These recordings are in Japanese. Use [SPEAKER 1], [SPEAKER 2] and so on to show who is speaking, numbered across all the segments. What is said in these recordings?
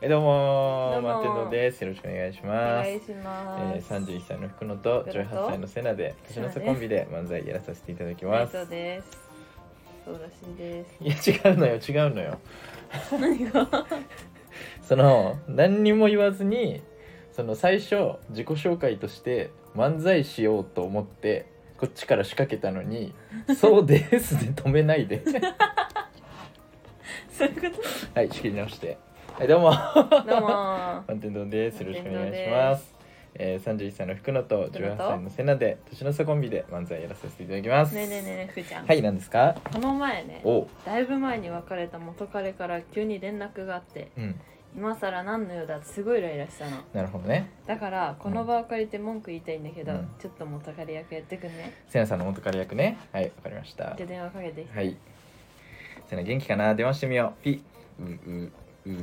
[SPEAKER 1] えどうも
[SPEAKER 2] ど
[SPEAKER 1] ー
[SPEAKER 2] うも
[SPEAKER 1] マンテンドーですよろしくお願いし
[SPEAKER 2] お
[SPEAKER 1] ま
[SPEAKER 2] 願
[SPEAKER 1] す
[SPEAKER 2] いしま
[SPEAKER 1] えー、
[SPEAKER 2] す。
[SPEAKER 1] 31歳の福野と
[SPEAKER 2] 福野
[SPEAKER 1] 18
[SPEAKER 2] と
[SPEAKER 1] 歳のセナで年の差コンビで漫才やらさせていただき
[SPEAKER 2] 内
[SPEAKER 1] ます
[SPEAKER 2] 藤です。そうらしいです。
[SPEAKER 1] いや違うのよ違うのよ
[SPEAKER 2] 何が？
[SPEAKER 1] その何にも言わずにその最初自己紹介として漫才しようと思ってこっちから仕掛けたのに「そうです」で止めないで
[SPEAKER 2] そういうこ
[SPEAKER 1] はい仕切り直してはいどうも
[SPEAKER 2] と？どうも。
[SPEAKER 1] 満天堂です。よろしくお願いし
[SPEAKER 2] 満天堂
[SPEAKER 1] ま。
[SPEAKER 2] です
[SPEAKER 1] えー、31歳の福野と
[SPEAKER 2] 福野
[SPEAKER 1] 18
[SPEAKER 2] と
[SPEAKER 1] 歳のセナで年の差コンビで漫才やらさせていただきます。
[SPEAKER 2] ねえねえねえねえふーちゃん。
[SPEAKER 1] はい、なんですか
[SPEAKER 2] この前ね、
[SPEAKER 1] おう、
[SPEAKER 2] だいぶ前に別れた元彼から急に連絡があって、
[SPEAKER 1] うん、
[SPEAKER 2] 今更何の用だってすごいイライラしたの。
[SPEAKER 1] なるほどね。
[SPEAKER 2] だからこの場を借りて文句言いたいんだけど、
[SPEAKER 1] うん
[SPEAKER 2] ちょっと元彼役やってくんね。
[SPEAKER 1] セナさんの元彼役ね。はい、わかりました
[SPEAKER 2] って。電話かけてきて。
[SPEAKER 1] はい。セナ元気かな電話してみよう。ピううううううううう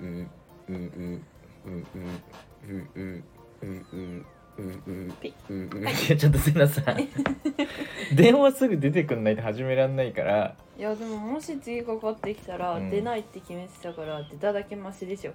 [SPEAKER 1] うううういやちょっとセナさん電話すぐ出てくんないと始めらんないから
[SPEAKER 2] いやでももし次かかってきたら、
[SPEAKER 1] うん
[SPEAKER 2] 出ないって決めてたから出ただけマシでしょ。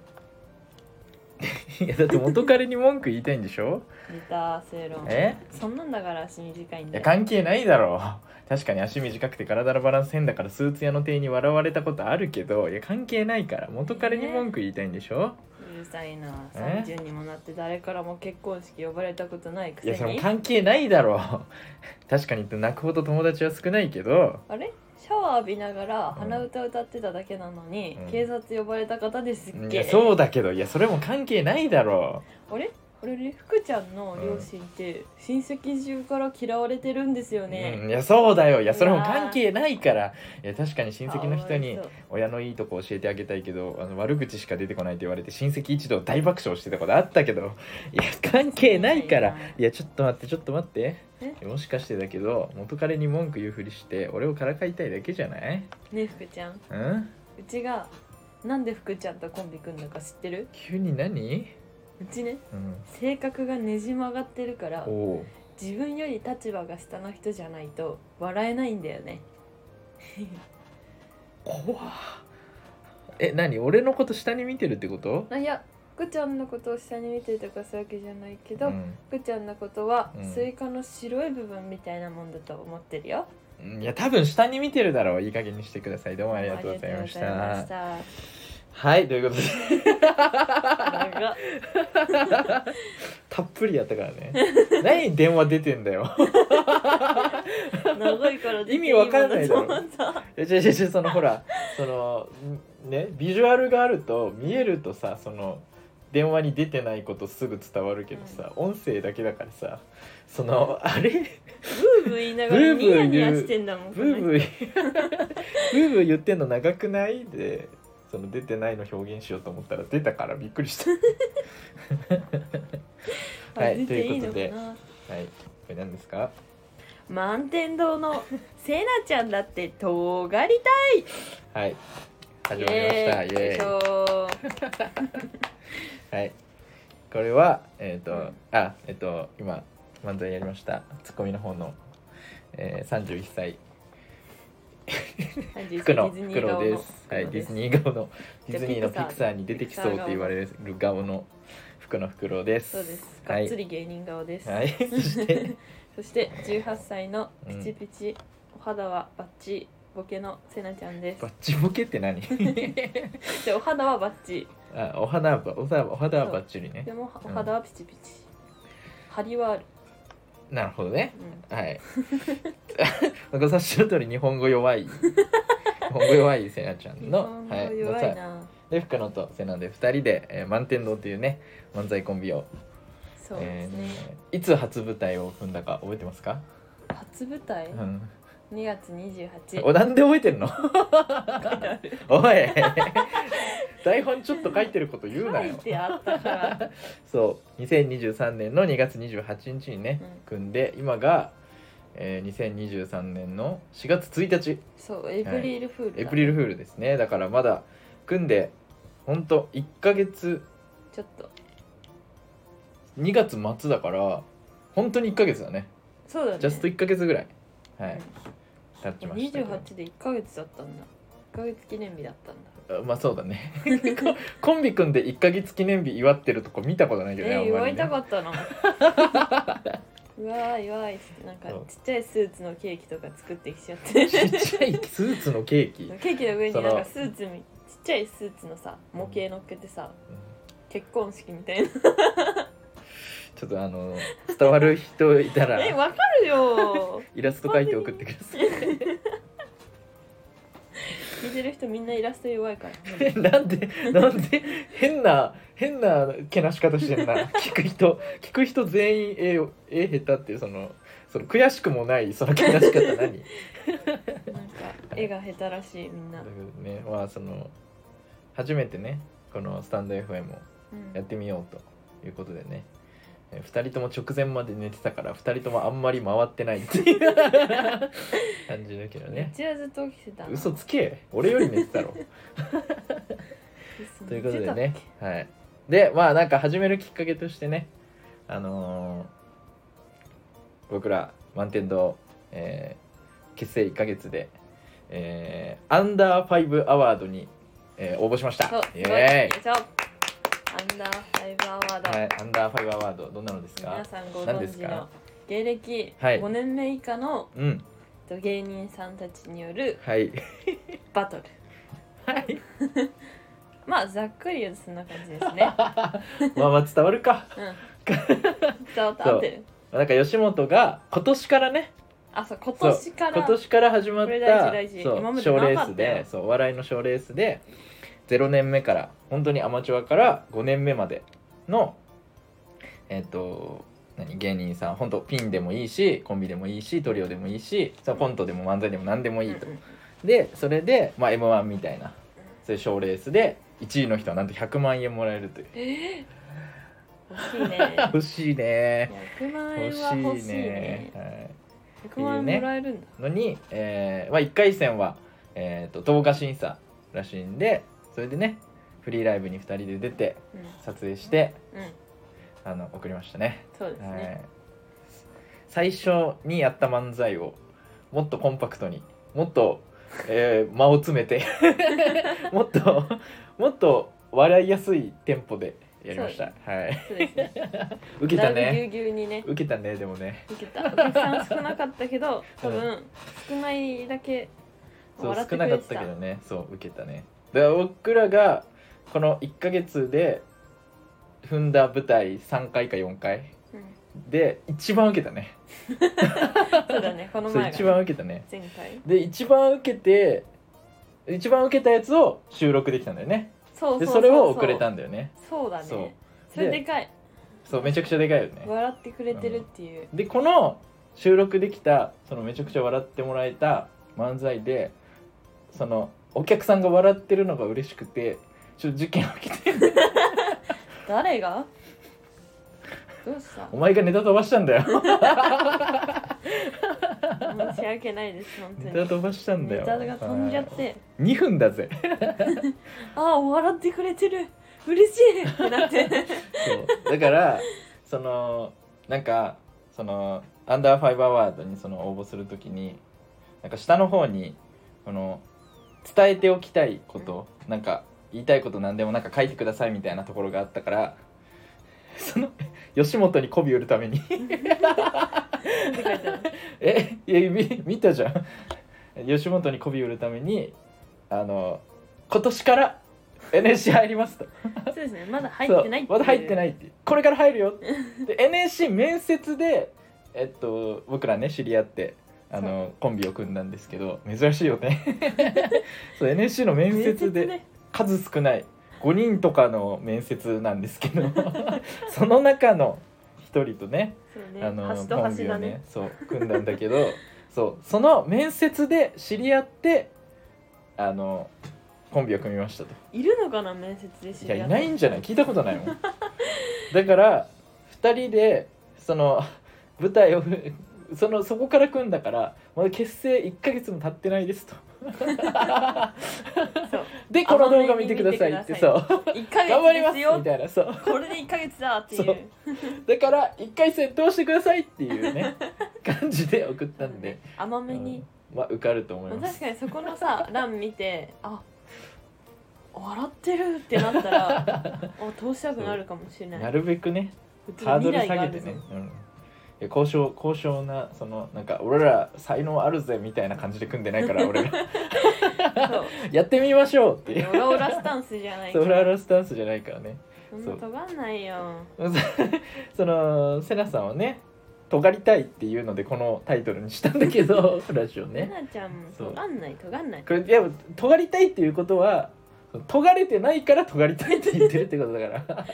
[SPEAKER 1] いやだって元彼に文句言いたいんでしょ
[SPEAKER 2] ネタ正論。
[SPEAKER 1] え
[SPEAKER 2] そんなんだから足短いん
[SPEAKER 1] いや
[SPEAKER 2] だよ。
[SPEAKER 1] 関係ないだろう確かに足短くて体のバランス変だからスーツ屋の店員に笑われたことあるけどいや関係ないから元彼に文句言いたいんでしょ、
[SPEAKER 2] うるさいな
[SPEAKER 1] え
[SPEAKER 2] 30にもなって誰からも結婚式呼ばれたことないく
[SPEAKER 1] いや
[SPEAKER 2] せ
[SPEAKER 1] それ
[SPEAKER 2] に
[SPEAKER 1] も関係ないだろう確かに泣くほど友達は少ないけど
[SPEAKER 2] あれシャワー浴びながら
[SPEAKER 1] ん
[SPEAKER 2] 鼻歌歌ってただけなのに、
[SPEAKER 1] うん
[SPEAKER 2] 警察呼ばれた方ですっ
[SPEAKER 1] い
[SPEAKER 2] げ
[SPEAKER 1] や
[SPEAKER 2] え
[SPEAKER 1] そうだけどいやそれも関係ないだろ
[SPEAKER 2] あれあれね福ちゃんの両親って親戚中から嫌われてるんですよ
[SPEAKER 1] う、
[SPEAKER 2] ね、
[SPEAKER 1] うん、いやそうだよいやそれも
[SPEAKER 2] うわー
[SPEAKER 1] 関係ないからいや確かに親戚の人に
[SPEAKER 2] かわいそう
[SPEAKER 1] 親のいいとこ教えてあげたいけどあの悪口しか出てこないって言われて親戚一同大爆笑してたことあったけどいや関係ないからいやちょっと待ってちょっと待って
[SPEAKER 2] え
[SPEAKER 1] もしかしてだけど元彼に文句言うふりして俺をからかいたいだけじゃない
[SPEAKER 2] ねえ福ちゃんう
[SPEAKER 1] うん
[SPEAKER 2] ちがなんで福ちゃんとコンビ組んだか知ってる
[SPEAKER 1] 急に何、
[SPEAKER 2] うちね
[SPEAKER 1] うん、
[SPEAKER 2] 性格がねじ曲がってるから
[SPEAKER 1] おお
[SPEAKER 2] 自分より立場が下の人じゃないと笑えないんだよね
[SPEAKER 1] 怖っえ何俺のこと下に見てるってこと
[SPEAKER 2] あいや福ちゃんのことを下に見てるとかそういうわけじゃないけ
[SPEAKER 1] う
[SPEAKER 2] ど、
[SPEAKER 1] ん
[SPEAKER 2] 福ちゃんのことは
[SPEAKER 1] うん
[SPEAKER 2] スイカの白い部分みたいなもんだと思ってるよ、
[SPEAKER 1] うんいや多分下に見てるだろういい加減にしてくださいどうもありがとうございました
[SPEAKER 2] ありがとうございま
[SPEAKER 1] はいということで
[SPEAKER 2] した長っ
[SPEAKER 1] たっぷりやったからね 何電話出てんだよ
[SPEAKER 2] 長いから
[SPEAKER 1] 意味わかんないだろ
[SPEAKER 2] 今と思っ
[SPEAKER 1] いや違う違う違うそのほらそのんねビジュアルがあると見えるとさその電話に出てないことすぐ伝わるけどさ、音声だけだからさそのあれ
[SPEAKER 2] たブーブー言いながら
[SPEAKER 1] ブー
[SPEAKER 2] ニ
[SPEAKER 1] ブー
[SPEAKER 2] ヤ
[SPEAKER 1] 言う
[SPEAKER 2] ニヤしてんだもん
[SPEAKER 1] ブー ブーブーブー言ってんの長くないでその出てないの表現しようと思ったら出たからびっくりした。
[SPEAKER 2] あ
[SPEAKER 1] はい
[SPEAKER 2] 出ていいの
[SPEAKER 1] とい
[SPEAKER 2] か
[SPEAKER 1] うこ
[SPEAKER 2] な
[SPEAKER 1] はいこれ何ですか
[SPEAKER 2] 満天堂のセナちゃんだってとがり
[SPEAKER 1] はい
[SPEAKER 2] た
[SPEAKER 1] 始まりましたイエーイ
[SPEAKER 2] ー
[SPEAKER 1] はい。これは、えっ、と、
[SPEAKER 2] うん
[SPEAKER 1] あ、えっ、と、今、漫才やりました。ツッコミの方の、えー、31歳、
[SPEAKER 2] イ
[SPEAKER 1] 福野、
[SPEAKER 2] ディズニ
[SPEAKER 1] 黒
[SPEAKER 2] ー顔の
[SPEAKER 1] です。はい、デ
[SPEAKER 2] 黒
[SPEAKER 1] ィ
[SPEAKER 2] で
[SPEAKER 1] ズ
[SPEAKER 2] す
[SPEAKER 1] ニー顔の、デ
[SPEAKER 2] じゃ
[SPEAKER 1] ィ
[SPEAKER 2] あ
[SPEAKER 1] ズニーの
[SPEAKER 2] ピ
[SPEAKER 1] ピ
[SPEAKER 2] クサー
[SPEAKER 1] クサーに出てきそうって言われる顔の、福野福郎です。
[SPEAKER 2] そうです。
[SPEAKER 1] は
[SPEAKER 2] がっつ
[SPEAKER 1] い。
[SPEAKER 2] り芸人顔です。
[SPEAKER 1] はい、そして、
[SPEAKER 2] そして18歳のピチピチ、お肌はバッチボケのセナちゃんです
[SPEAKER 1] バ。ッチボケって何
[SPEAKER 2] でお肌はバッチ、
[SPEAKER 1] あ、お肌は、お肌は、お肌はバッチリね
[SPEAKER 2] で。もお
[SPEAKER 1] うん
[SPEAKER 2] 肌はピチピチ。張りはある。
[SPEAKER 1] なるほどね。
[SPEAKER 2] う
[SPEAKER 1] はい。 ご察しの通り、日本語弱い。日本語弱いせなちゃん
[SPEAKER 2] ん。
[SPEAKER 1] の、
[SPEAKER 2] 日本語弱いな。
[SPEAKER 1] で福野と瀬名で2人で、えー、満天堂っていうね漫才コンビを、
[SPEAKER 2] そうですね。
[SPEAKER 1] えーいつ初舞台を踏んだか覚えてますか、
[SPEAKER 2] 初舞台
[SPEAKER 1] うん、
[SPEAKER 2] 2月28
[SPEAKER 1] おなんで覚えてんの
[SPEAKER 2] 日。
[SPEAKER 1] おい台本ちょっと書いてること言うな
[SPEAKER 2] 書い
[SPEAKER 1] よ
[SPEAKER 2] てあったから。
[SPEAKER 1] そう2023年の2月28日にね、
[SPEAKER 2] うん
[SPEAKER 1] 組んで今が、えー、2023年の4月1日
[SPEAKER 2] そうエプリルフールだ。
[SPEAKER 1] エプリルフールですねだからまだ組んでほんと1ヶ月
[SPEAKER 2] ちょっと
[SPEAKER 1] 2月末だから本当に1ヶ月だね
[SPEAKER 2] そうだね。
[SPEAKER 1] ジャスト1ヶ月ぐらい、はい、
[SPEAKER 2] う
[SPEAKER 1] 経ち
[SPEAKER 2] ん
[SPEAKER 1] ましたけど。
[SPEAKER 2] 28で1ヶ月だったんだ。1ヶ月記念日だったんだ。
[SPEAKER 1] あまあそうだね ココンビ組んで1ヶ月記念日祝ってるとこ見たことないけどねあ
[SPEAKER 2] え
[SPEAKER 1] んま
[SPEAKER 2] 祝
[SPEAKER 1] り
[SPEAKER 2] いた
[SPEAKER 1] ね
[SPEAKER 2] かっ たなうわー祝いっつってなんか
[SPEAKER 1] そう
[SPEAKER 2] ちっちゃいスーツのケーキとか作ってきち ゃって
[SPEAKER 1] ちっちゃいスーツのケーキ、 うん
[SPEAKER 2] ケーキの上に
[SPEAKER 1] そ
[SPEAKER 2] な
[SPEAKER 1] の
[SPEAKER 2] んかスーツみちっちゃいスーツのさ模型乗っけてさ結婚式みたいな
[SPEAKER 1] ちょっとあの伝わる人いたら
[SPEAKER 2] えわかるよ
[SPEAKER 1] イラスト描いて送ってください
[SPEAKER 2] 聞いてる人みんなイラスト弱いか ら
[SPEAKER 1] なんでなんで変な変なけなし方してんな聞く人聞く人全員絵を絵下手っていうそのその悔しくもないそのけなし 方何だけ
[SPEAKER 2] なんか絵が下手らしいみんな、
[SPEAKER 1] どねまあその初めてねこのスタンド FM を
[SPEAKER 2] うん
[SPEAKER 1] やってみようということでね2人とも直前まで寝てたから2人ともあんまり回ってないって いう感じだけど
[SPEAKER 2] めっ
[SPEAKER 1] ね
[SPEAKER 2] ちゃずっと起きてたな
[SPEAKER 1] 嘘つけ俺より寝て たろ
[SPEAKER 2] 嘘
[SPEAKER 1] ということ
[SPEAKER 2] 寝て
[SPEAKER 1] で
[SPEAKER 2] たっけ
[SPEAKER 1] ね、はい、でまあなんか始めるきっかけとしてねあのー僕ら満天堂、えー結成1ヶ月で、えーアンダーファイブアワードに、えー応募しました
[SPEAKER 2] そう
[SPEAKER 1] イ
[SPEAKER 2] すごい
[SPEAKER 1] エ
[SPEAKER 2] よいしょアンダーファイブアワード、
[SPEAKER 1] ーイ、はい、アンダーファイブアワードどんなのですか
[SPEAKER 2] 皆さんご
[SPEAKER 1] 何で
[SPEAKER 2] 存
[SPEAKER 1] す
[SPEAKER 2] 知
[SPEAKER 1] か
[SPEAKER 2] の芸歴
[SPEAKER 1] はい
[SPEAKER 2] 5年目以下の
[SPEAKER 1] うん
[SPEAKER 2] えっと芸人さんたちによる
[SPEAKER 1] はい
[SPEAKER 2] バトル
[SPEAKER 1] はい
[SPEAKER 2] まあざっくり言うとそんな感じです ね
[SPEAKER 1] まあまあ伝わるか
[SPEAKER 2] うん伝わった合ってる
[SPEAKER 1] なんか吉本が今年からね
[SPEAKER 2] あそう今年から
[SPEAKER 1] 今年から始まっ
[SPEAKER 2] これ
[SPEAKER 1] た
[SPEAKER 2] 大事大事
[SPEAKER 1] そ
[SPEAKER 2] 今
[SPEAKER 1] う
[SPEAKER 2] ま
[SPEAKER 1] 賞
[SPEAKER 2] で
[SPEAKER 1] レ
[SPEAKER 2] な
[SPEAKER 1] ー
[SPEAKER 2] かった
[SPEAKER 1] ス
[SPEAKER 2] よ
[SPEAKER 1] でそうお笑いの賞レースで0年目から本当にアマチュアから5年目までのえっ、と何芸人さん本当ピンでもいいしコンビでもいいしトリオでもいいしそうコントでも漫才でも何でもいいと、
[SPEAKER 2] うんうん
[SPEAKER 1] でそれで、まあ、m 1みたいなそういう賞レースで1位の人はなんと100万円もらえるという
[SPEAKER 2] 欲しいね
[SPEAKER 1] 欲しいね
[SPEAKER 2] 100万
[SPEAKER 1] 欲
[SPEAKER 2] 円
[SPEAKER 1] し
[SPEAKER 2] は欲
[SPEAKER 1] い
[SPEAKER 2] しい
[SPEAKER 1] ね
[SPEAKER 2] ね
[SPEAKER 1] はい
[SPEAKER 2] 100万円もらえるんだ
[SPEAKER 1] のに、えーまあ、1回戦は、えー、と動画審査らしいんでそれでねフリーライブに2人で出て
[SPEAKER 2] うん
[SPEAKER 1] 撮影して
[SPEAKER 2] うん
[SPEAKER 1] あの送りましたね、
[SPEAKER 2] そうです
[SPEAKER 1] は
[SPEAKER 2] ね
[SPEAKER 1] い最初にやった漫才をもっとコンパクトにもっと、えー間を詰め てもっともっと笑いやすいテンポでやりましたはい
[SPEAKER 2] そうですね
[SPEAKER 1] 受けた
[SPEAKER 2] だい
[SPEAKER 1] ね
[SPEAKER 2] ぶぎゅうぎゅうにね
[SPEAKER 1] 受けたねでもね
[SPEAKER 2] 受けたお客さん少なかったけど多分少ないだけ
[SPEAKER 1] そう
[SPEAKER 2] 笑って
[SPEAKER 1] 少
[SPEAKER 2] く
[SPEAKER 1] なか
[SPEAKER 2] れ
[SPEAKER 1] ってた
[SPEAKER 2] た
[SPEAKER 1] けどねそう受けたねで僕らがこの1ヶ月で踏んだ舞台3回か4回
[SPEAKER 2] うん
[SPEAKER 1] で一番受けたね
[SPEAKER 2] そうだねこの
[SPEAKER 1] そう
[SPEAKER 2] 前
[SPEAKER 1] 一
[SPEAKER 2] が
[SPEAKER 1] 番
[SPEAKER 2] ね
[SPEAKER 1] 受けたね
[SPEAKER 2] 前回
[SPEAKER 1] で一番受けて一番受けたやつを収録できたんだよね
[SPEAKER 2] そうそう
[SPEAKER 1] で
[SPEAKER 2] うう
[SPEAKER 1] それを送れたんだよね
[SPEAKER 2] そうだ
[SPEAKER 1] そう
[SPEAKER 2] ねそれでかい
[SPEAKER 1] そうめちゃくちゃでかいよね
[SPEAKER 2] 笑ってくれてるっていう
[SPEAKER 1] でこの収録できたそのめちゃくちゃ笑ってもらえた漫才でそのお客さんが笑ってるのが嬉しくてちょっと事件起きて
[SPEAKER 2] 誰がどうした
[SPEAKER 1] お前がネタ飛ばしたんだよ
[SPEAKER 2] 申し訳ないです本当
[SPEAKER 1] ネ
[SPEAKER 2] に
[SPEAKER 1] タ飛ばしたんだよ
[SPEAKER 2] ネタが飛んじゃって
[SPEAKER 1] 2分だぜ
[SPEAKER 2] ああ笑ってくれてる嬉しいってなって
[SPEAKER 1] そうだからそのなんかそのアンダーファイブアワードにその応募するときになんか下の方にこの伝えておきたいこと、なんか言いたいこと何でもなんか書いてくださいみたいなところがあったからその吉本に媚び売るため に
[SPEAKER 2] なんて書いてある
[SPEAKER 1] えいや見見たじゃん吉本に媚び売るためにあの今年から NSC 入りますと
[SPEAKER 2] そうですねまだ入ってない
[SPEAKER 1] そうまだ入ってないいっていうこれから入るよで NSC 面接でえっと僕らね知り合ってあのコンビを組んだんですけど珍しいよ ねそう NSC の面接で数少ない5人とかの面接なんですけど その中の1人とね
[SPEAKER 2] そうね
[SPEAKER 1] あの
[SPEAKER 2] 端と
[SPEAKER 1] コン
[SPEAKER 2] 端
[SPEAKER 1] ビを
[SPEAKER 2] だ
[SPEAKER 1] ね
[SPEAKER 2] ね
[SPEAKER 1] そう組んだんだけどそうその面接で知り合ってあのコンビを組みましたと
[SPEAKER 2] いるのかな面接で知
[SPEAKER 1] い
[SPEAKER 2] り合
[SPEAKER 1] や
[SPEAKER 2] った
[SPEAKER 1] いないんじゃない聞いたことないもんだから2人でその舞台をふそのそこから組んだからまだ結成1ヶ月も経ってないですと
[SPEAKER 2] そう
[SPEAKER 1] でこの動画見てくださいって
[SPEAKER 2] 見てください
[SPEAKER 1] そう
[SPEAKER 2] 1ヶ
[SPEAKER 1] 頑張りま
[SPEAKER 2] 月ですす
[SPEAKER 1] み
[SPEAKER 2] よ
[SPEAKER 1] たいなそう
[SPEAKER 2] これで1ヶ月だってい
[SPEAKER 1] そう
[SPEAKER 2] う
[SPEAKER 1] だから1回戦通してくださいっていうね感じで送ったんで、
[SPEAKER 2] 甘めに、
[SPEAKER 1] うんまあ受かると思い
[SPEAKER 2] ま あ
[SPEAKER 1] ます
[SPEAKER 2] 確かにそこのさ欄見てあ笑ってるってなったら お通したくなるかもしれない
[SPEAKER 1] なるべくね
[SPEAKER 2] うち
[SPEAKER 1] ハ
[SPEAKER 2] の
[SPEAKER 1] ード
[SPEAKER 2] 未
[SPEAKER 1] ル
[SPEAKER 2] 来
[SPEAKER 1] 下
[SPEAKER 2] があ
[SPEAKER 1] げ
[SPEAKER 2] る
[SPEAKER 1] て
[SPEAKER 2] ぞ
[SPEAKER 1] ね、うん、いや交渉交渉なそのなんか俺ら才能あるぜみたいな感じで組んでない から俺ら
[SPEAKER 2] そう
[SPEAKER 1] やってみましょうっていう
[SPEAKER 2] オラオラスタンスじゃない
[SPEAKER 1] そ
[SPEAKER 2] か
[SPEAKER 1] う
[SPEAKER 2] ら
[SPEAKER 1] オラオラスタンスじゃないからね
[SPEAKER 2] そんな尖んないよ
[SPEAKER 1] そのセナさんはね尖りたいっていうのでこのタイトルにしたんだけ どラジオ
[SPEAKER 2] ル
[SPEAKER 1] ね
[SPEAKER 2] ナちゃんも
[SPEAKER 1] そう
[SPEAKER 2] 尖んない尖んない
[SPEAKER 1] これいや尖りたいっていうことは尖れてないから尖りたいって言ってるってことだから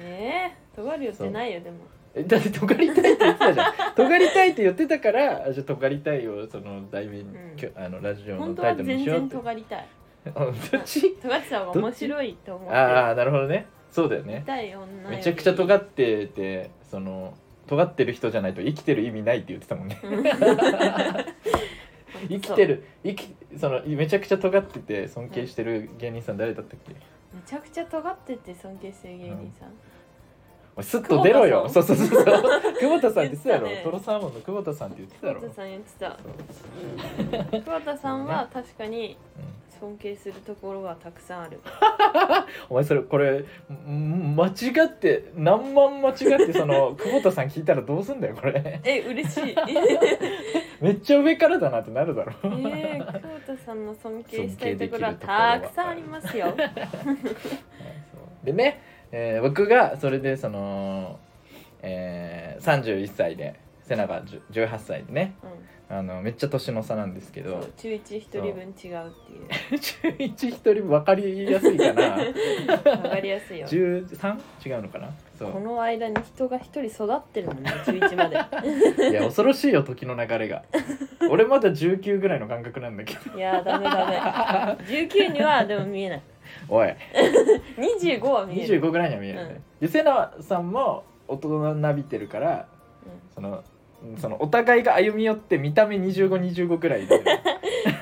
[SPEAKER 2] ええ尖るよってないよでも
[SPEAKER 1] えだって尖りたいって言ってたじゃん尖りたいって言ってたからあじゃあ尖りたいをその題名に、
[SPEAKER 2] うん
[SPEAKER 1] きょあのラジオの
[SPEAKER 2] 本当
[SPEAKER 1] タ
[SPEAKER 2] は
[SPEAKER 1] イトルに
[SPEAKER 2] 全
[SPEAKER 1] しようっ
[SPEAKER 2] 然
[SPEAKER 1] て
[SPEAKER 2] 尖りたい
[SPEAKER 1] うんどっち
[SPEAKER 2] 尖ってた方が面白いと思って
[SPEAKER 1] ああなるほどねそうだよ
[SPEAKER 2] 見
[SPEAKER 1] ね
[SPEAKER 2] たい女より
[SPEAKER 1] めちゃくちゃ 尖っててその尖ってる人じゃないと生きてる意味ないって言ってたもんね
[SPEAKER 2] うん
[SPEAKER 1] 生きてる生きそのめちゃくちゃ尖ってて尊敬してる芸人さん誰だったっけ、
[SPEAKER 2] そうめちゃくちゃ尖ってて尊敬してる芸人さん、
[SPEAKER 1] おいスッと出ろよ
[SPEAKER 2] 久
[SPEAKER 1] そうそうそうそう久保田さんって言ってたやろ
[SPEAKER 2] 言ってたね
[SPEAKER 1] トロサーモンの久保田さんって言ってたやろ
[SPEAKER 2] 久保田さん言ってた
[SPEAKER 1] そう
[SPEAKER 2] 久保田さん
[SPEAKER 1] そう
[SPEAKER 2] は
[SPEAKER 1] ね
[SPEAKER 2] 確かに
[SPEAKER 1] うん
[SPEAKER 2] 尊敬するところはたくさんある
[SPEAKER 1] お前それこれん間違って何万間違ってそ の久保田さん聞いたらどうすんだよこれ
[SPEAKER 2] え 嬉しい
[SPEAKER 1] めっちゃ上からだなってなるだろ
[SPEAKER 2] えー、久保田さんの尊敬したいと
[SPEAKER 1] 尊敬できるとこ
[SPEAKER 2] ころは
[SPEAKER 1] ろは
[SPEAKER 2] たくさんありますよ。
[SPEAKER 1] でね、えー僕がそれでその、えー31歳で瀬名が10 18歳でね
[SPEAKER 2] う
[SPEAKER 1] あのめっちゃ年の差なんですけ
[SPEAKER 2] ん、そ
[SPEAKER 1] ど
[SPEAKER 2] う中一一人分違うっていう
[SPEAKER 1] 中1人分かりやすいか な
[SPEAKER 2] 分かりやすいよ。
[SPEAKER 1] 13? 違うのかなそ
[SPEAKER 2] こ
[SPEAKER 1] う
[SPEAKER 2] の間に人が一人育ってるの ね中一まで。
[SPEAKER 1] いや恐ろしいよ時の流れ が俺まだ19ぐらいの感覚なんだけど
[SPEAKER 2] いやーダメダメ。十九にはでも見えない。
[SPEAKER 1] おい
[SPEAKER 2] 二十五は見える。
[SPEAKER 1] 25ぐらいには見えるね、で瀬名さんも大人なびてるから
[SPEAKER 2] うん
[SPEAKER 1] そのそのお互いが歩み寄って見た目2525ぐらい で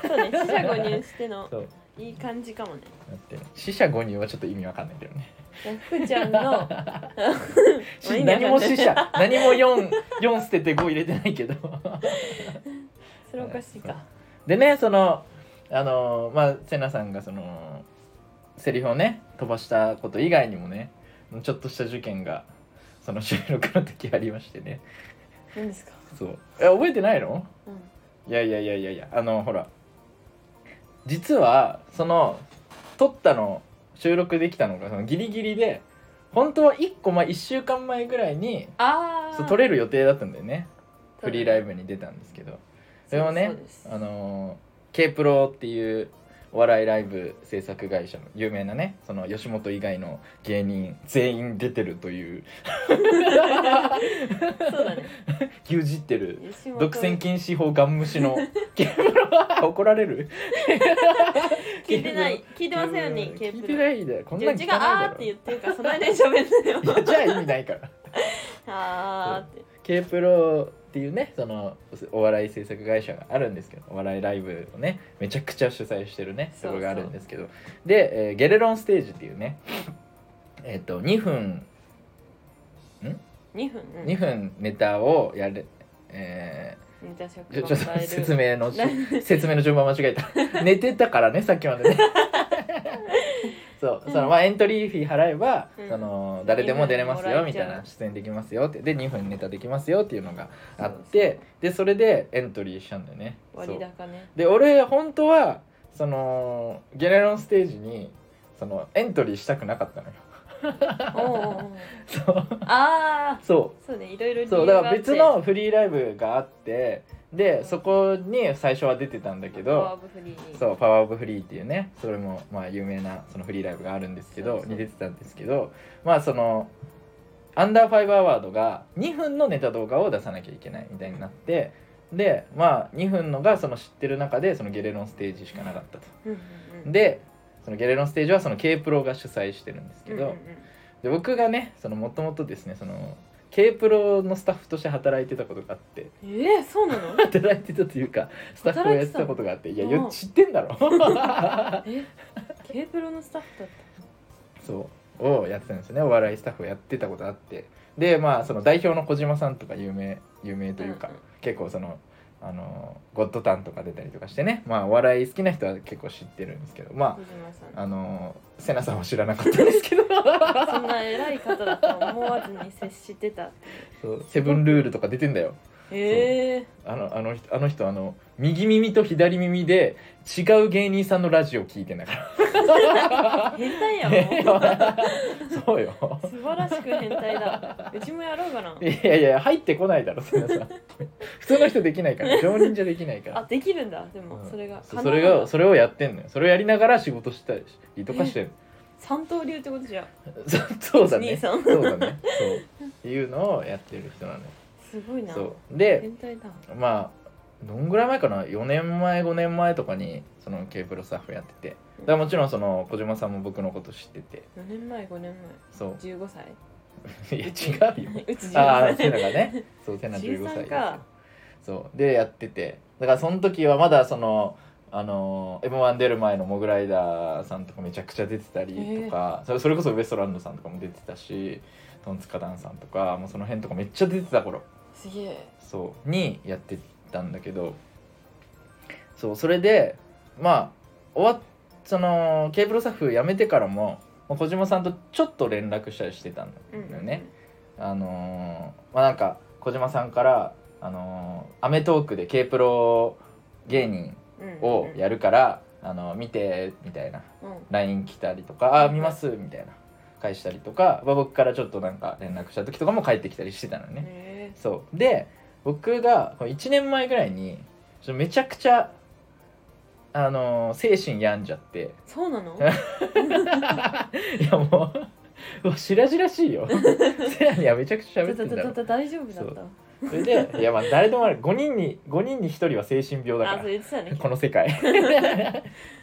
[SPEAKER 2] そうね四捨五入しての
[SPEAKER 1] そう
[SPEAKER 2] いい感じかもね。
[SPEAKER 1] だって死者五人はちょっと意味わかんないけど ね。
[SPEAKER 2] 福ちゃんの
[SPEAKER 1] し何も死者何も四四捨てて五入れてないけど。
[SPEAKER 2] それおかしいか。
[SPEAKER 1] でねそのあのまあセナさんがそのセリフをね飛ばしたこと以外にもねちょっとした事件がその収録の時ありましてね。
[SPEAKER 2] 何ですか。
[SPEAKER 1] そうえ覚えてないの？
[SPEAKER 2] うん
[SPEAKER 1] いやいやいやいやいやあのほら実はその撮ったの収録できたのがそのギリギリで本当は1個前1週間前ぐらいに
[SPEAKER 2] ああ。
[SPEAKER 1] そう撮れ
[SPEAKER 2] る
[SPEAKER 1] る予定だったんだよねフリーライブに出たんですけどそれをね
[SPEAKER 2] うです
[SPEAKER 1] あの K プロっていうお笑いライブ制作会社の有名なねその吉本以外の芸人全員出てるという
[SPEAKER 2] そうだね。
[SPEAKER 1] 牛耳ってる
[SPEAKER 2] 吉本
[SPEAKER 1] 独占禁止法ガン無視 のケーブルは怒られる
[SPEAKER 2] 聞いてない聞いてませんよねケー
[SPEAKER 1] 聞い
[SPEAKER 2] プ
[SPEAKER 1] て
[SPEAKER 2] ル
[SPEAKER 1] ないだよこん
[SPEAKER 2] じ
[SPEAKER 1] な
[SPEAKER 2] ゃあうんち
[SPEAKER 1] 聞
[SPEAKER 2] が
[SPEAKER 1] か
[SPEAKER 2] 「あ
[SPEAKER 1] な
[SPEAKER 2] ー」っ
[SPEAKER 1] いだろ
[SPEAKER 2] て言ってるからその間に喋んなよ
[SPEAKER 1] いやじゃあ意味ないから
[SPEAKER 2] あーって
[SPEAKER 1] K プロっていうねそのお笑い制作会社があるんですけどお笑いライブをねめちゃくちゃ主催してるね
[SPEAKER 2] そうそ
[SPEAKER 1] と
[SPEAKER 2] う
[SPEAKER 1] ころがあるんですけどで、えーゲレロンステージっていうねえっと2分
[SPEAKER 2] 2分うん
[SPEAKER 1] 2分ネタをやる、え
[SPEAKER 2] ネタ尺
[SPEAKER 1] ーちょ
[SPEAKER 2] を
[SPEAKER 1] ちょっ
[SPEAKER 2] 与
[SPEAKER 1] と
[SPEAKER 2] える
[SPEAKER 1] 説明のし説明の順番間違え た寝てたからねさっきま でねそうそのまあエントリーフィー払えば、
[SPEAKER 2] うん
[SPEAKER 1] その誰でも出れますよ
[SPEAKER 2] 二分もらえ
[SPEAKER 1] み
[SPEAKER 2] ちゃ
[SPEAKER 1] た
[SPEAKER 2] う
[SPEAKER 1] いな出演できますよってで2分ネタできますよっていうのがあってでそれでエントリーしたんだよねそ
[SPEAKER 2] 割
[SPEAKER 1] う
[SPEAKER 2] 高ね
[SPEAKER 1] で俺本当はそのゲレロンステージにそのエントリーしたくなかったのよ
[SPEAKER 2] おうおうおう
[SPEAKER 1] そう
[SPEAKER 2] ああ
[SPEAKER 1] そう
[SPEAKER 2] そうねいろいろ理
[SPEAKER 1] そう
[SPEAKER 2] 由
[SPEAKER 1] だか
[SPEAKER 2] が
[SPEAKER 1] ら
[SPEAKER 2] あって
[SPEAKER 1] 別のフリーライブがあってでそこに最初は出てたんだけ
[SPEAKER 2] パワー
[SPEAKER 1] ど
[SPEAKER 2] オブフリーに
[SPEAKER 1] そう「パワーオブフリー」っていうねそれもまあ有名なそのフリーライブがあるんですけ
[SPEAKER 2] そう
[SPEAKER 1] ど
[SPEAKER 2] そう
[SPEAKER 1] に出てたんですけどまあそのアンダーファイブアワードが2分のネタ動画を出さなきゃいけないみたいになってでまあ2分のがその知ってる中でそのゲレロンステージしかなかったと。
[SPEAKER 2] うんうんうん
[SPEAKER 1] でそのゲレロンステージはその K プロが主催してるんですけど、
[SPEAKER 2] うんうんうん
[SPEAKER 1] で僕がねそのもともとですねその K プロのスタッフとして働いてたことがあって
[SPEAKER 2] えーそうなの
[SPEAKER 1] 働いてたというかスタッフをやってたことがあっていや
[SPEAKER 2] 働いてたの
[SPEAKER 1] よ知ってんだろ
[SPEAKER 2] え K プロのスタッフだっ
[SPEAKER 1] そうをやってたんですよねお笑いスタッフをやってたことあってでまあその代表の小島さんとか有名有名
[SPEAKER 2] た
[SPEAKER 1] というか、
[SPEAKER 2] んん
[SPEAKER 1] 結構そのあのゴッドタンとか出たりとかしてねまあお笑い好きな人は結構知ってるんですけどま
[SPEAKER 2] 小島さ
[SPEAKER 1] あ
[SPEAKER 2] ん
[SPEAKER 1] あの瀬名さんは知らなかったんですけど
[SPEAKER 2] そんな偉い方だと思わずに接してた
[SPEAKER 1] そうセブンルールとか出てんだよ
[SPEAKER 2] ええ
[SPEAKER 1] あのあの人あの人あの右耳と左耳で違う芸人さんのラジオ聞いてんだか
[SPEAKER 2] 変態や
[SPEAKER 1] ら
[SPEAKER 2] もん
[SPEAKER 1] そうよ
[SPEAKER 2] 素晴らしく変態だうちもやろうかない
[SPEAKER 1] やいや入ってこないだろ瀬名さん普通の人できないから常人じゃできないから
[SPEAKER 2] あできるんだでも、
[SPEAKER 1] うん
[SPEAKER 2] それが
[SPEAKER 1] そうそれが
[SPEAKER 2] そ
[SPEAKER 1] それをやってんのよそれをやりながら仕事したりとかしてる
[SPEAKER 2] 三刀流ってことじゃん
[SPEAKER 1] そう そうだ
[SPEAKER 2] 兄
[SPEAKER 1] ね
[SPEAKER 2] さん
[SPEAKER 1] そうだね そうっていうのをやってる人なのよ
[SPEAKER 2] すごいな
[SPEAKER 1] そうで
[SPEAKER 2] 変態だ
[SPEAKER 1] まあどんぐらい前かな4年前5年前とかにその K プロスタッフやっててだからもちろんその小島さんも僕のこと知ってて
[SPEAKER 2] 4年前5年
[SPEAKER 1] そ
[SPEAKER 2] 前15歳
[SPEAKER 1] う いや違うよ
[SPEAKER 2] うち15
[SPEAKER 1] ああセ
[SPEAKER 2] 歳
[SPEAKER 1] ナがねそうセナ15歳です
[SPEAKER 2] 13か
[SPEAKER 1] よそうでやっててだからその時はまだそのあの m 1出る前のモグライダーさんとかめちゃくちゃ出てたりとか、それそれこそウエストランドさんとかも出てたしトンツカダンさんとかもうその辺とかめっちゃ出てた頃
[SPEAKER 2] すげえ
[SPEAKER 1] そうにやってたんだけどそうそれでまあ終わっそのケーブルスタッフ辞めてからもまあ小島さんとちょっと連絡したりしてたんだ
[SPEAKER 2] うん
[SPEAKER 1] よね。あのーまあなんか小島さんから「あのーアメトーク」で K プロ芸人
[SPEAKER 2] うん
[SPEAKER 1] をやるから、あの見てみたいな LINE 来たりとか「あー見ます」みたいな返したりとか、まあ、僕からちょっとなんか連絡した時とかも帰ってきたりしてたの
[SPEAKER 2] うん
[SPEAKER 1] ね。
[SPEAKER 2] へ
[SPEAKER 1] そうで僕が1年前ぐらいにちょっとめちゃくちゃあのー精神病んじゃって
[SPEAKER 2] えそう なの
[SPEAKER 1] いやもうもう白々しいよ セラにはめちゃくちゃ喋ってんだ
[SPEAKER 2] だだ
[SPEAKER 1] ろ
[SPEAKER 2] だ大丈夫だった
[SPEAKER 1] それでいやまあ誰でもある5人に5人に1人は精神病だ
[SPEAKER 2] あ
[SPEAKER 1] か
[SPEAKER 2] そ
[SPEAKER 1] ら
[SPEAKER 2] れ言って たね
[SPEAKER 1] この世 界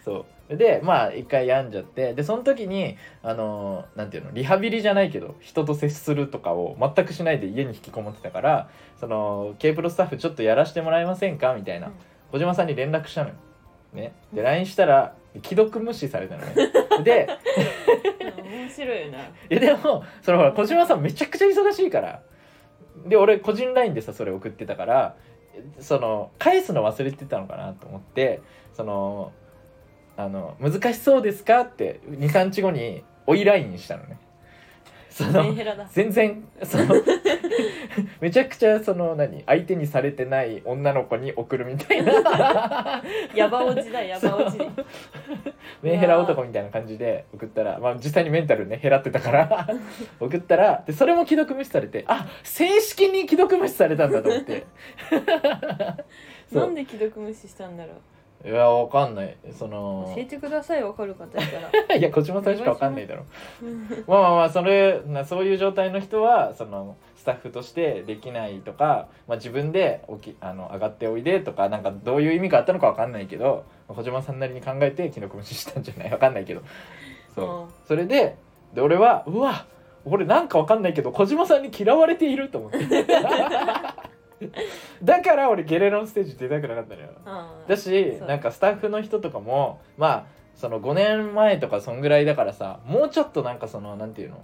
[SPEAKER 1] そうでまあ一回病んじゃってでその時にあのーなんていうのリハビリじゃないけど人と接するとかを全くしないで家に引きこもってたからその K プロスタッフちょっとやらせてもらえませんかみたいな
[SPEAKER 2] うん
[SPEAKER 1] 小島さんに連絡したのよ。ね、
[SPEAKER 2] う
[SPEAKER 1] で
[SPEAKER 2] ん
[SPEAKER 1] LINE したら既読無視されたのね。で
[SPEAKER 2] うん面白いよない
[SPEAKER 1] やでもそのほら小島さんめちゃくちゃ忙しいからで俺個人 LINE でさそれ送ってたからその返すの忘れてたのかなと思ってそのあの「難しそうですか?」って23日後に追い LINE したのね。そ
[SPEAKER 2] メ
[SPEAKER 1] の
[SPEAKER 2] ンヘラだ
[SPEAKER 1] 全然そのめちゃくちゃその何相手にされてない女の子に送るみたいな
[SPEAKER 2] ヤバ落ちだヤバ落ち
[SPEAKER 1] そうメンヘラ男みたいな感じで送ったら、まあ、実際にメンタルね減らってたから送ったらでそれも既読無視されてあ正式に既読無視されたんだと思ってそう
[SPEAKER 2] なんで既読無視したんだろ
[SPEAKER 1] いやわかんないそう
[SPEAKER 2] 教
[SPEAKER 1] の
[SPEAKER 2] えてくださいわかる方いた ら
[SPEAKER 1] いや小島さんしかわかんないだろ
[SPEAKER 2] うん
[SPEAKER 1] まあまあまあそれなそういう状態の人はそのスタッフとしてできないとか、まあ、自分で起きあの上がっておいでとかなんかどういう意味があったのかわかんないけど小島さんなりに考えて既読無視したんじゃないわかんないけどそう
[SPEAKER 2] うん
[SPEAKER 1] それでで俺はうわ俺なんかわかんないけど小島さんに嫌われていると思って だから俺ゲレロンステージ出たくなかったのよ
[SPEAKER 2] ああ
[SPEAKER 1] だし
[SPEAKER 2] そう
[SPEAKER 1] なんかスタッフの人とかもまあその5年前とかそんぐらいだからさもうちょっとなんかそのなんていうの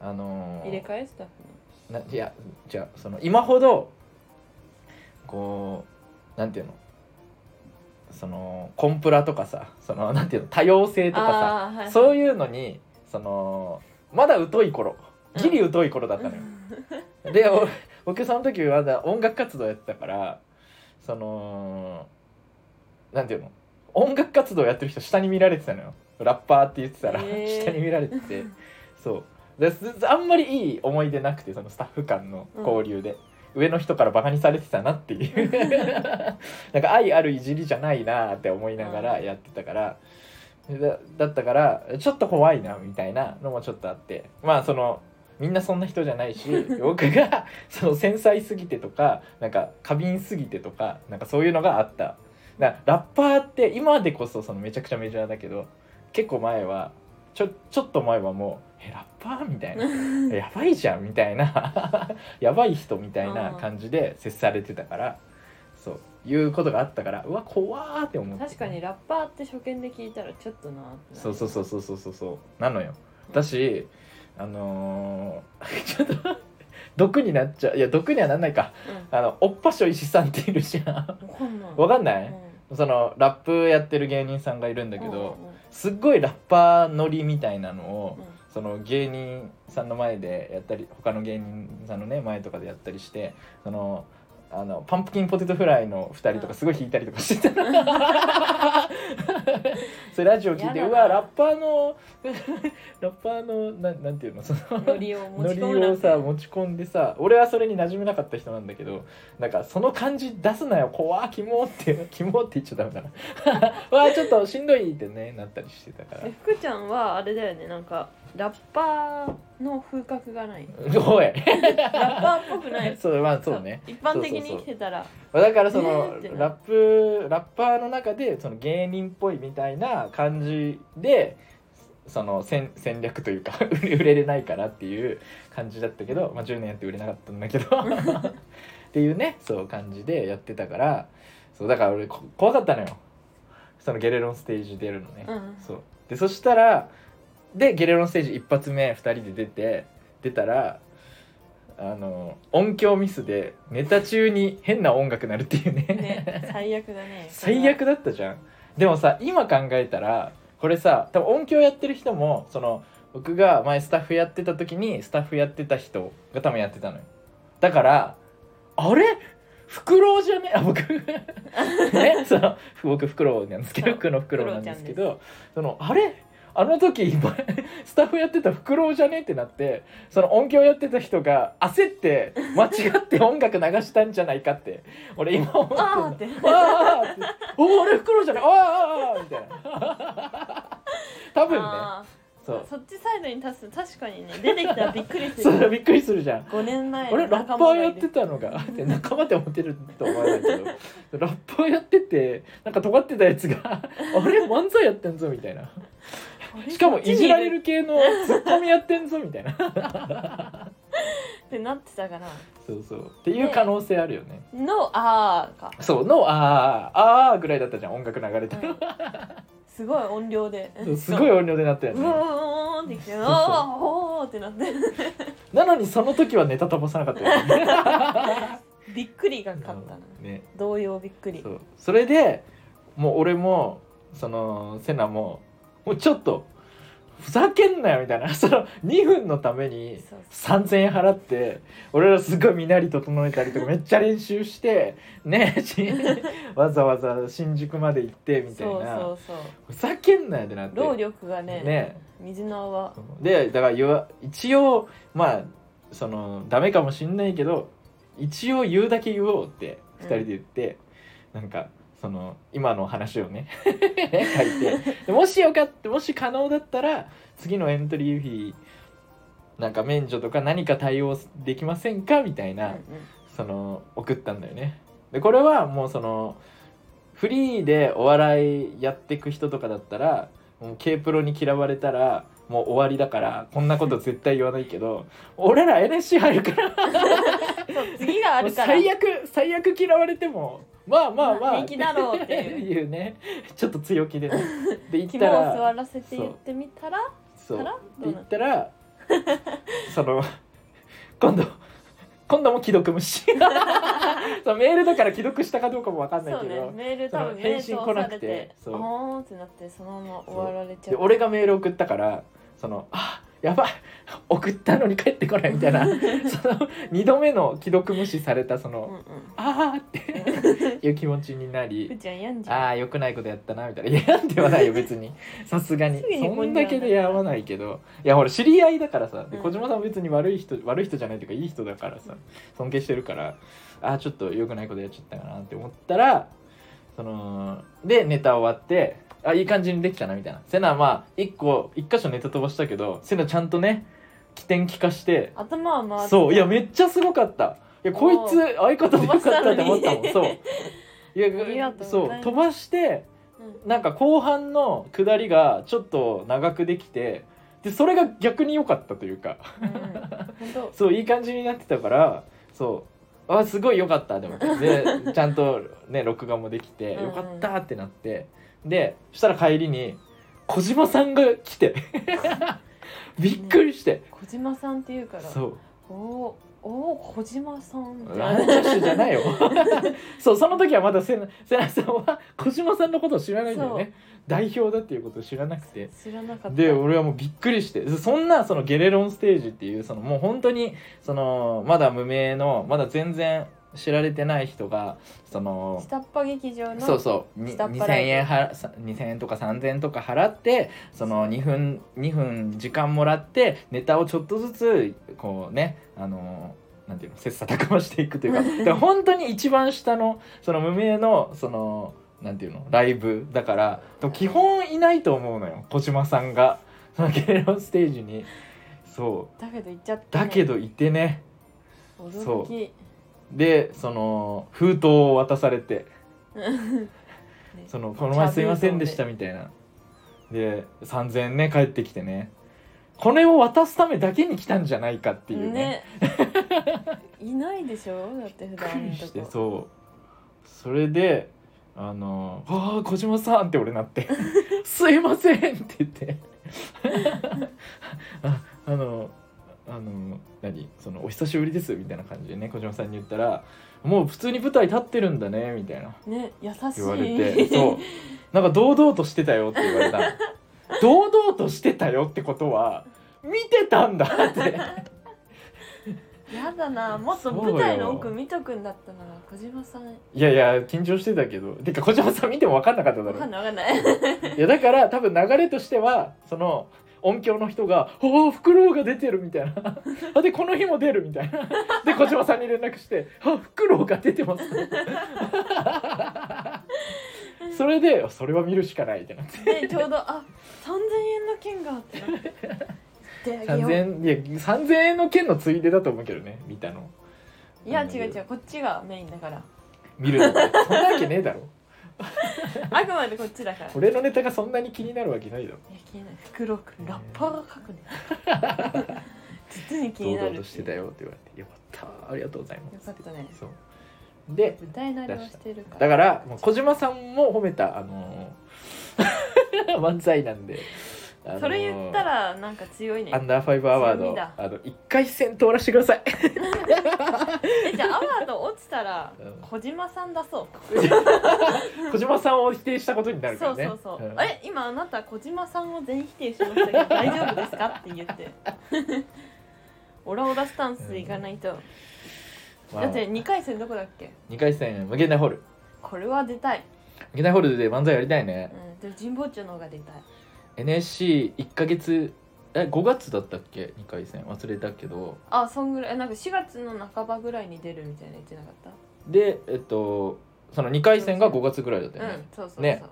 [SPEAKER 1] あのー
[SPEAKER 2] 入れ替えスタッフ
[SPEAKER 1] ないやじゃあその今ほどこうなんていうのそのコンプラとかさそのなんていうの多様性と
[SPEAKER 2] の
[SPEAKER 1] かさ
[SPEAKER 2] ああ はい
[SPEAKER 1] そういうのにそのまだ疎い頃ギリ疎い頃だったのよ。でお僕その時まだ音楽活動やってたからそのなんていうの音楽活動やってる人下に見られてたのよラッパーって言ってたら、
[SPEAKER 2] へー
[SPEAKER 1] 下に見られて てそうですあんまりいい思い出なくてそのスタッフ間の交流で、上の人からバカにされてたなっていうなんか愛あるいじりじゃないなって思いながらやってたから。だだったからちょっと怖いなみたいなのもちょっとあってまあそのみんなそんな人じゃないし僕がその繊細すぎてとかなんか過敏すぎてとかなんかそういうのがあっただからラッパーって今でこそそのめちゃくちゃメジャーだけど結構前はちょちょっと前はもう「えラッパー?」みたいな「やばいじゃん」みたいな やばい人みたいな感じで接されてたからそういうことがあったからうわ怖ーって思って
[SPEAKER 2] 確かにラッパーって初見で聞いたらちょっとなってなる
[SPEAKER 1] そうそうそうそうそうそうそうなのよだしあのー ちょっと毒になっちゃういや毒にはなんないかあのおっぱしょ石さんっているじゃん
[SPEAKER 2] うん、
[SPEAKER 1] わ
[SPEAKER 2] わかんないか
[SPEAKER 1] かんない、そのラップやってる芸人さんがいるんだ
[SPEAKER 2] だ
[SPEAKER 1] けど、すっごいラッパーノリみたいなのを、
[SPEAKER 2] うん
[SPEAKER 1] その芸人さんの前でやったり他の芸人さんのね前とかでやったりしてそのあのパンプキンポテトフライの2人とかすごい弾いたりとかして たら、それラジオ聞いて
[SPEAKER 2] やだな
[SPEAKER 1] うわラッパーの ラッパーのななんていうのその
[SPEAKER 2] ノリを持
[SPEAKER 1] ノ
[SPEAKER 2] ち
[SPEAKER 1] リ
[SPEAKER 2] 込むな
[SPEAKER 1] を
[SPEAKER 2] んて
[SPEAKER 1] さ持ち込んでさ俺はそれに馴染めなかった人なんだけどなんかその感じ出すなよ怖っキモってキモって言っちゃダメだな わあちょっとしんどいってねなったりしてた から
[SPEAKER 2] え福ちゃんはあれだよねなんかラッパーの風格がない
[SPEAKER 1] おい
[SPEAKER 2] ラッパーっぽくない
[SPEAKER 1] そうまあそうね
[SPEAKER 2] 一般的に生きてたら
[SPEAKER 1] だからその、
[SPEAKER 2] ねえってな
[SPEAKER 1] ラップラッパーの中でその芸人っぽいみたいな感じでその戦戦略というか 売れ売れれないからっていう感じだったけど、まあ、10年やって売れなかったんだけど っていうねそう感じでやってたからそうだから俺こ怖かったのよそのゲレロンステージ出るのね、
[SPEAKER 2] うん
[SPEAKER 1] そうでそしたらでゲレロンステージ一発目2人で出て出たらあの音響ミスでネタ中に変な音楽なるっていうね
[SPEAKER 2] ね最悪だね
[SPEAKER 1] 最悪だったじゃんでもさ今考えたらこれさ多分音響やってる人もその僕が前スタッフやってた時にスタッフやってた人が多分やってたのよだからあれフクロウじゃねあ 僕ねその僕フクロウなんですけ
[SPEAKER 2] そう
[SPEAKER 1] ど服のフクロウなんですけ
[SPEAKER 2] フク
[SPEAKER 1] どそのあれあの時 スタッフやってたフクロウじゃねってなってその音響やってた人が焦って間違って音楽流したんじゃないかって俺今思ってんの
[SPEAKER 2] あーって
[SPEAKER 1] あーってお俺袋じゃないあーあーあーみたいな多
[SPEAKER 2] 多
[SPEAKER 1] 分ねそう
[SPEAKER 2] そっちサイドに立つと確かにね出てきたらびっくりす
[SPEAKER 1] そ
[SPEAKER 2] る
[SPEAKER 1] れびっくりするじゃん
[SPEAKER 2] 5年前の
[SPEAKER 1] 俺ラッパ
[SPEAKER 2] 仲間
[SPEAKER 1] ー
[SPEAKER 2] が
[SPEAKER 1] や
[SPEAKER 2] い
[SPEAKER 1] って
[SPEAKER 2] る
[SPEAKER 1] たのがって仲間って思ってると思わないけどラッパーやっててなんか尖ってたやつ があれ漫才やってんぞみたいな
[SPEAKER 2] 俺
[SPEAKER 1] しかも
[SPEAKER 2] こっちに
[SPEAKER 1] いじられる系のツッコミやってんぞみたいな
[SPEAKER 2] ってなってたから
[SPEAKER 1] そうそうっていう可能性あるよね
[SPEAKER 2] のあーか
[SPEAKER 1] そうのあーあーぐらいだったじゃん音楽流れて、
[SPEAKER 2] うんすごい音量で
[SPEAKER 1] そうすごい音量でなったよ
[SPEAKER 2] う
[SPEAKER 1] ね
[SPEAKER 2] おーんってきておーおーってなって
[SPEAKER 1] なのにその時はネタ飛ばさなかったよ ね
[SPEAKER 2] びっくりが勝ったな
[SPEAKER 1] ね
[SPEAKER 2] 動揺びっくり
[SPEAKER 1] そうそれでもう俺もそのセナももうちょっとふざけんなよみたいな その2分のために
[SPEAKER 2] そう
[SPEAKER 1] 3,000円払って俺らすごい身なり整えたりとかめっちゃ練習して ねしわざわざ新宿まで行ってみたいな
[SPEAKER 2] そうそうそう
[SPEAKER 1] ふざけんなよってなって
[SPEAKER 2] 労力がね
[SPEAKER 1] ね
[SPEAKER 2] 水の泡
[SPEAKER 1] でだから言わ一応まあそのダメかもしんないけど一応言うだけ言おうって
[SPEAKER 2] うん
[SPEAKER 1] 2人で言って、なんかその今の話をね 書いてでもしよかったもし可能だったら次のエントリーフィーなんか免除とか何か対応できませんかみたいな、その送ったんだよね。でこれはもうそのフリーでお笑いやってく人とかだったらもう K プロに嫌われたらもう終わりだからこんなこと絶対言わないけ ど俺ら NSC 入るから
[SPEAKER 2] うんうんそう次があ
[SPEAKER 1] もう
[SPEAKER 2] るから
[SPEAKER 1] 最悪最悪嫌われてもまあまあま
[SPEAKER 2] ま
[SPEAKER 1] あ
[SPEAKER 2] あ平気だろうっ てい
[SPEAKER 1] いうねちょっと強気でね。で行った
[SPEAKER 2] 肝を座
[SPEAKER 1] ら
[SPEAKER 2] らせて言ってみたら
[SPEAKER 1] そう
[SPEAKER 2] たら
[SPEAKER 1] で
[SPEAKER 2] どう
[SPEAKER 1] 行
[SPEAKER 2] な
[SPEAKER 1] ったら その今度今度も既読無 視そうメールだから既読したかどうかもわかんない
[SPEAKER 2] そう
[SPEAKER 1] け
[SPEAKER 2] ね
[SPEAKER 1] ど、
[SPEAKER 2] メール多
[SPEAKER 1] その
[SPEAKER 2] 分メー
[SPEAKER 1] 返
[SPEAKER 2] ル
[SPEAKER 1] 信
[SPEAKER 2] 通
[SPEAKER 1] 来な
[SPEAKER 2] さ
[SPEAKER 1] く
[SPEAKER 2] れ
[SPEAKER 1] て
[SPEAKER 2] て
[SPEAKER 1] そう
[SPEAKER 2] おーってなってそのまま終わられちゃ
[SPEAKER 1] で
[SPEAKER 2] う
[SPEAKER 1] 俺がメール送ったからそのあやばい送ったのに帰ってこないみたい なその2度目の既読無視されたその、
[SPEAKER 2] うんうん
[SPEAKER 1] ああっていう気持ちにな
[SPEAKER 2] ふー
[SPEAKER 1] り
[SPEAKER 2] ちゃんやんじゃん
[SPEAKER 1] ああ良くないことやったなみた いな「いや」ではないよ別 にさすがに
[SPEAKER 2] すぐに
[SPEAKER 1] そ
[SPEAKER 2] こ
[SPEAKER 1] ん
[SPEAKER 2] ん
[SPEAKER 1] だ
[SPEAKER 2] なんだ
[SPEAKER 1] けでやまないけどいやほら知り合いだからさで
[SPEAKER 2] うん
[SPEAKER 1] 小島さん別に悪い人悪い人じゃないというかいい人だからさ尊敬してるからああちょっと良くないことやっちゃったかなって思ったらそのでネタ終わってあいい感じにできたなみたいなセナまあ一個一箇所ネタ飛ばしたけどセナちゃんとね起点聞かして
[SPEAKER 2] 頭は回って
[SPEAKER 1] そういやめっちゃすごかったいやこいつ
[SPEAKER 2] お
[SPEAKER 1] 相方でよかったって思ったもん
[SPEAKER 2] 飛ばし
[SPEAKER 1] そ
[SPEAKER 2] た
[SPEAKER 1] う
[SPEAKER 2] の
[SPEAKER 1] い
[SPEAKER 2] あり
[SPEAKER 1] や
[SPEAKER 2] がとうございます
[SPEAKER 1] そう飛ばして
[SPEAKER 2] うん
[SPEAKER 1] なんか後半の下りがちょっと長くできてでそれが逆に良かったというか
[SPEAKER 2] うん本当
[SPEAKER 1] そういい感じになってたからそうあすごい良かったでもでちゃんとね録画もできて
[SPEAKER 2] うんうん
[SPEAKER 1] 良かったってなってでそしたら帰りに小島さんが 来てびっくりして、
[SPEAKER 2] 小島さんっていうから
[SPEAKER 1] そう
[SPEAKER 2] おおおお小島さんみたい
[SPEAKER 1] ラ
[SPEAKER 2] な
[SPEAKER 1] ンチャッシュじゃ ないよそうその時はまだせなせなさんは小島さんのことを知らないんだよね代表だっていうことを知らなくて
[SPEAKER 2] 知らなかった
[SPEAKER 1] で俺はもうびっくりしてそんなそのゲレロンステージっていうそのもう本当にそのまだ無名のまだ全然知られてない人がその
[SPEAKER 2] 下っ端劇場の
[SPEAKER 1] そうそうに
[SPEAKER 2] 下っ腹
[SPEAKER 1] 2000円は2000円とか3000円とか払ってその2分2分時間もらってネタをちょっとずつこうねあのなんていうの切磋琢磨していくと いうかで本当に一番下のその無名のそのなんていうのライブだからでも基本いないと思うのよ小島さんがそのゲレロンステージにそう
[SPEAKER 2] だけど行っちゃったね、
[SPEAKER 1] だけどいてね
[SPEAKER 2] 驚き
[SPEAKER 1] でその封筒を渡されて
[SPEAKER 2] うんね
[SPEAKER 1] そのこの前すいませんでしたみたいなで3000円ね帰ってきてねこれを渡すためだけに来たんじゃないかっていうね
[SPEAKER 2] ねいないでしょだって普
[SPEAKER 1] びっく
[SPEAKER 2] 段の
[SPEAKER 1] り
[SPEAKER 2] と
[SPEAKER 1] して
[SPEAKER 2] こ
[SPEAKER 1] そうそれであの「ああ小島さん」って俺な って「すいません」って言って ああのあの何その「お久しぶりです」みたいな感じでね小島さんに言ったら「もう普通に舞台立ってるんだね」みたいな
[SPEAKER 2] ね優しい
[SPEAKER 1] 言われ てそうなんか堂々としてたよって言われたの堂々としてたよってことは見てたんだ って
[SPEAKER 2] やだなもっと舞台の奥見とくんだったな小島さん
[SPEAKER 1] いやいや緊張してたけどてか小島さん見ても分かんなかっただ
[SPEAKER 2] わかん
[SPEAKER 1] ろ
[SPEAKER 2] ないわかんない
[SPEAKER 1] いやだから多分流れとしてはその音響の人が「おおフクロウが出てる」みたい な「あでこの日も出る」みたいなで小島さんに連絡して「あフクロウが出てます」 それでそれは見るしかないってなって
[SPEAKER 2] でちょうどあ3000円の券があってなであげよう
[SPEAKER 1] 3000円いや3000円の件のついでだと思うけどね見たの
[SPEAKER 2] いや違う違うこっちがメインだから
[SPEAKER 1] 見るのってそんなわけねえだろ
[SPEAKER 2] あくまでこっちだからいや
[SPEAKER 1] 俺のネタがそんなに気になるわけないだろ
[SPEAKER 2] 気になる袋くんラッパーが書くね 実に気に
[SPEAKER 1] 堂
[SPEAKER 2] なる
[SPEAKER 1] 々としてたよって言われてよかったありがとうございま
[SPEAKER 2] よかったね
[SPEAKER 1] すそうで
[SPEAKER 2] 舞台慣れをしてるから
[SPEAKER 1] だからもう小島さんも褒めたあのー 漫才なんで、あのー
[SPEAKER 2] それ言ったらなんか強いね
[SPEAKER 1] アンダーファイブアワー
[SPEAKER 2] 強
[SPEAKER 1] ド
[SPEAKER 2] みだ
[SPEAKER 1] あの一回戦通らしてくださ い
[SPEAKER 2] えじゃあアワード落ちたら
[SPEAKER 1] うん
[SPEAKER 2] 小島さん出そう
[SPEAKER 1] 小島さんを否定したことになるか
[SPEAKER 2] そ
[SPEAKER 1] らね
[SPEAKER 2] うそうそう、
[SPEAKER 1] ん
[SPEAKER 2] あれ今あなた小島さんを全否定しましたけど大丈夫ですかって言って オラオラスタンスいかないと、
[SPEAKER 1] ま
[SPEAKER 2] だ
[SPEAKER 1] あ
[SPEAKER 2] って2回戦どこだっけ
[SPEAKER 1] 二回戦無限大ホール
[SPEAKER 2] これは出たい、
[SPEAKER 1] 無限大ホールで漫才やりたいね
[SPEAKER 2] うん、でも神保町の方が出たい
[SPEAKER 1] NSC1 ヶ月え5月だったっけ2回戦忘れたけど
[SPEAKER 2] あそんぐらいえなんか4月の半ばぐらいに出るみたいな言ってなかっ
[SPEAKER 1] でえっとその2回戦が5月ぐらいだった
[SPEAKER 2] た、
[SPEAKER 1] よ
[SPEAKER 2] うん
[SPEAKER 1] ね、
[SPEAKER 2] そうそうそう、
[SPEAKER 1] ね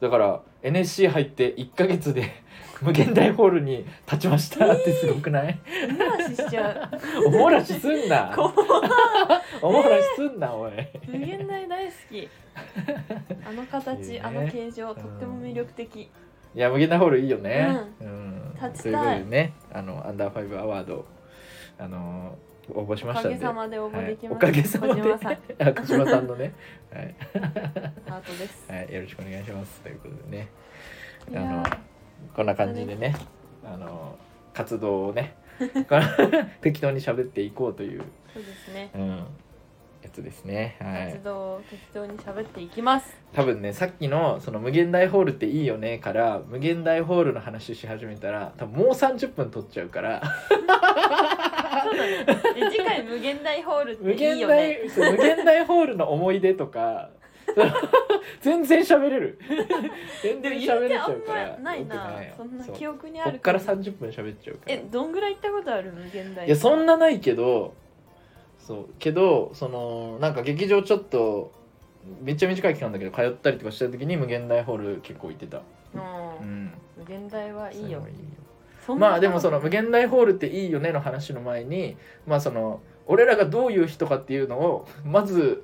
[SPEAKER 1] だから NSC 入って1ヶ月で 無限大ホールに立ちましたってすごくない、
[SPEAKER 2] 無話しちゃ う
[SPEAKER 1] おもらしすんな
[SPEAKER 2] 怖い
[SPEAKER 1] おもらしすんなおい
[SPEAKER 2] 無限大大好きあの
[SPEAKER 1] いい
[SPEAKER 2] 形、
[SPEAKER 1] ね
[SPEAKER 2] あの形状とっても魅力的、
[SPEAKER 1] いや無限大ホールいいよね、うん
[SPEAKER 2] 立ちた
[SPEAKER 1] と
[SPEAKER 2] い
[SPEAKER 1] いうことでねあのアンダーファイブアワードあの応募し
[SPEAKER 2] お
[SPEAKER 1] まし
[SPEAKER 2] か
[SPEAKER 1] たん
[SPEAKER 2] げ
[SPEAKER 1] で
[SPEAKER 2] さまで応募できました、
[SPEAKER 1] はい、おかげさまで
[SPEAKER 2] 小島さ ん
[SPEAKER 1] あ小島さんのね、はい
[SPEAKER 2] アートです、
[SPEAKER 1] はい、よろしくお願いしますということでね
[SPEAKER 2] いやー
[SPEAKER 1] あのこんな感じでね、あの活動をね、この 適当に喋っていこうという、
[SPEAKER 2] そうですね。
[SPEAKER 1] うん、やつですね。はい
[SPEAKER 2] 活。動を適当に喋っていきます。
[SPEAKER 1] 多分ね、さっきのその無限大ホールっていいよねから無限大ホールの話し始めたら、多分もう30分取っちゃう から、
[SPEAKER 2] そうだね。で次回無限大ホール
[SPEAKER 1] 無
[SPEAKER 2] っていい
[SPEAKER 1] 限
[SPEAKER 2] よね。
[SPEAKER 1] 大そう無限大ホールの思い出とか。 その全然喋れる全
[SPEAKER 2] で
[SPEAKER 1] 然
[SPEAKER 2] も言
[SPEAKER 1] 喋
[SPEAKER 2] う
[SPEAKER 1] れち
[SPEAKER 2] てあ
[SPEAKER 1] ゃうんから
[SPEAKER 2] まないな
[SPEAKER 1] 良くよ。
[SPEAKER 2] そんな
[SPEAKER 1] う
[SPEAKER 2] 記憶にあ
[SPEAKER 1] こ
[SPEAKER 2] る
[SPEAKER 1] っから30分喋っちゃうから
[SPEAKER 2] え、どんぐらい行ったことある無限大。
[SPEAKER 1] いやそんなないけどそうけどそのなんか劇場ちょっとめっちゃ短い期間だけど通ったりとかした時に無限大ホール結構行ってた、
[SPEAKER 2] う。
[SPEAKER 1] うんん、
[SPEAKER 2] 無限大はいいよ
[SPEAKER 1] それ。も
[SPEAKER 2] そんな
[SPEAKER 1] まあでもその無限大ホールっていいよねの話の前にまあその俺らがどういう人かっていうのをま ず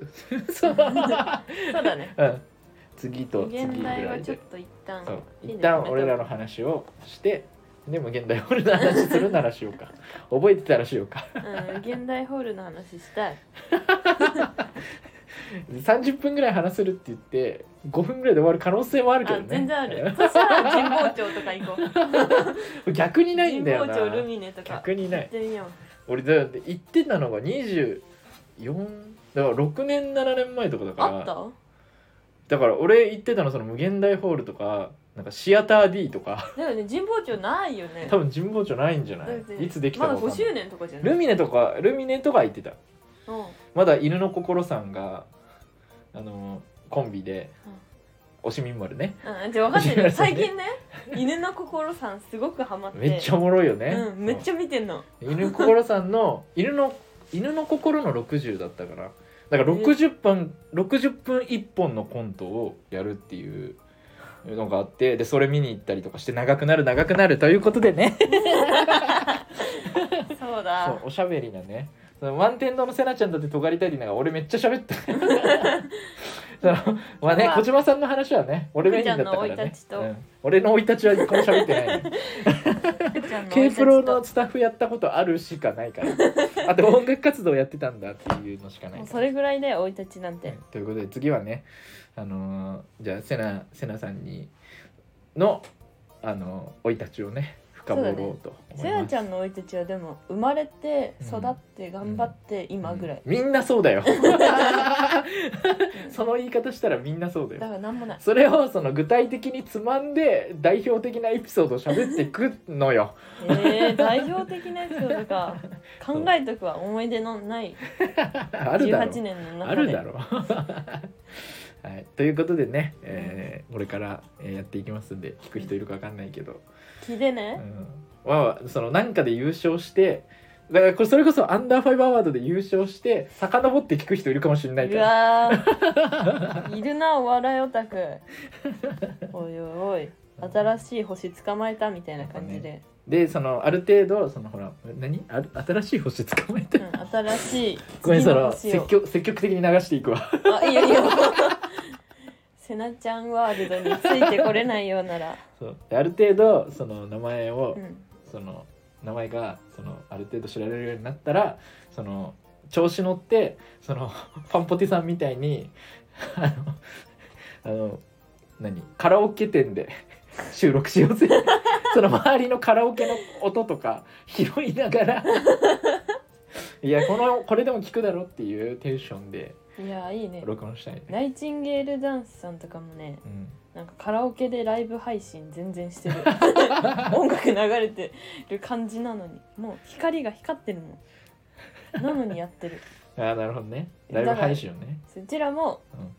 [SPEAKER 1] そう、
[SPEAKER 2] そうだね。
[SPEAKER 1] うん、次 と
[SPEAKER 2] 無
[SPEAKER 1] 次
[SPEAKER 2] 限
[SPEAKER 1] ぐ
[SPEAKER 2] 大
[SPEAKER 1] ら
[SPEAKER 2] はいちょっ
[SPEAKER 1] で
[SPEAKER 2] と一旦
[SPEAKER 1] そう
[SPEAKER 2] いいね
[SPEAKER 1] 一旦俺らの話をしてで無限大ホールの話するならしようか覚えてたらしようか
[SPEAKER 2] うん無限大ホールの話したい。
[SPEAKER 1] 30分ぐらい話せるって言って5分ぐらいで終わる可能性もあるけど
[SPEAKER 2] あ
[SPEAKER 1] ね、
[SPEAKER 2] 全然ある。そしたら神保町とか行こ う。
[SPEAKER 1] 逆にない
[SPEAKER 2] 神
[SPEAKER 1] んだよ
[SPEAKER 2] 保
[SPEAKER 1] な
[SPEAKER 2] 町ルミネとか。
[SPEAKER 1] 逆にない
[SPEAKER 2] 行ってみよう。
[SPEAKER 1] 俺だって行ってたのが24だから6年7年前とかだから
[SPEAKER 2] あった
[SPEAKER 1] だから俺行ってたのその無限大ホールとかなんかシアター D とか
[SPEAKER 2] だよね神保町ないよね
[SPEAKER 1] 多分神保町ないんじゃな
[SPEAKER 2] だっ
[SPEAKER 1] い
[SPEAKER 2] て
[SPEAKER 1] いつできた
[SPEAKER 2] ま
[SPEAKER 1] か
[SPEAKER 2] だ
[SPEAKER 1] わかん
[SPEAKER 2] 5
[SPEAKER 1] ない
[SPEAKER 2] 周年とかじゃない
[SPEAKER 1] ルミネとかルミネとか行ってた
[SPEAKER 2] うん
[SPEAKER 1] まだ犬の心さんがあのコンビで、おしみん丸ね
[SPEAKER 2] うん、じゃあ分か ってるよ最近ね犬の心さんすごくハマって
[SPEAKER 1] めっちゃおもろいよね、
[SPEAKER 2] うん、めっち
[SPEAKER 1] ゃ
[SPEAKER 2] ゃ見てんの
[SPEAKER 1] 犬の心さんの犬の犬の心の60だったからだから60分60分1本のコントをやるっていうのがあってでそれ見に行ったりとかして長くなる長くなるということでね
[SPEAKER 2] そう
[SPEAKER 1] そ
[SPEAKER 2] だ
[SPEAKER 1] うおしゃべりなねその満天堂のせなちゃんだって尖りたいって言いながら俺めっちゃ喋った そのまあね小島さんの話はね俺メインだったから
[SPEAKER 2] 福ちゃんの生い
[SPEAKER 1] ね
[SPEAKER 2] 立ちと
[SPEAKER 1] うん俺の生い立ちは一個も喋ってないね
[SPEAKER 2] 福ちゃんの生い
[SPEAKER 1] K
[SPEAKER 2] 立ち
[SPEAKER 1] プロのスタッフやったことあるしかない からあと音楽活動やってたんだっていうのしかない
[SPEAKER 2] もう
[SPEAKER 1] から
[SPEAKER 2] それぐらいだよ生い立ちなんて、
[SPEAKER 1] ということで次はねあのーじゃあせなせなさんにのあのー生い立ちをね深掘ろうと思
[SPEAKER 2] せ
[SPEAKER 1] い
[SPEAKER 2] や
[SPEAKER 1] ます
[SPEAKER 2] ちゃんの生い立ちはでも生まれて育って頑張って今ぐらい、
[SPEAKER 1] うんみんなそうだよ その言い方したらみんなそうだ
[SPEAKER 2] だか
[SPEAKER 1] よ
[SPEAKER 2] らなんもない
[SPEAKER 1] それをその具体的につまんで代表的なエピソードを喋っていくのよ
[SPEAKER 2] えー、代表的なやつと か考えとくわ思い出のない
[SPEAKER 1] あるだろ
[SPEAKER 2] 18年の中で
[SPEAKER 1] あるだ ろはい、ということでね、えーこれからえーやっていきますんで聞く人いるかわかんないけど
[SPEAKER 2] 聞いて
[SPEAKER 1] う
[SPEAKER 2] ね、
[SPEAKER 1] んまあそのなんかで優勝してだからこれそれこそアンダーファイブアワードで優勝して遡って聞く人いるかもしれないうから
[SPEAKER 2] わーいるなお笑いオタクおいおいおい新しい星捕まえたみたいな感じで、
[SPEAKER 1] でそのある程度そのほら何ある新しい星捕まえて、
[SPEAKER 2] うん、新しい
[SPEAKER 1] ごめん
[SPEAKER 2] 次
[SPEAKER 1] そ
[SPEAKER 2] の
[SPEAKER 1] の
[SPEAKER 2] 星
[SPEAKER 1] 積
[SPEAKER 2] を
[SPEAKER 1] 極積極的に流していくわ
[SPEAKER 2] あいいよいい よせなちゃんワールドについてこれないようなら、
[SPEAKER 1] そうである程度その名前を、
[SPEAKER 2] うん、
[SPEAKER 1] その名前がそのある程度知られるようになったらその調子乗ってその パンポティさんみたいにあのあの何カラオケ店で 収録しようぜその周りのカラオケの音とか拾いながらいやこのこれでも聞くだろっていうテンションで
[SPEAKER 2] いやーいいね
[SPEAKER 1] 録音したいね。
[SPEAKER 2] ナイチンゲールダンスさんとかもね
[SPEAKER 1] うん
[SPEAKER 2] なんかカラオケでライブ配信全然して る音楽流れてる感じなのにもう光が光ってるもんなのにやってる
[SPEAKER 1] ああなるほどねライブ配信をね。
[SPEAKER 2] そちらも
[SPEAKER 1] うん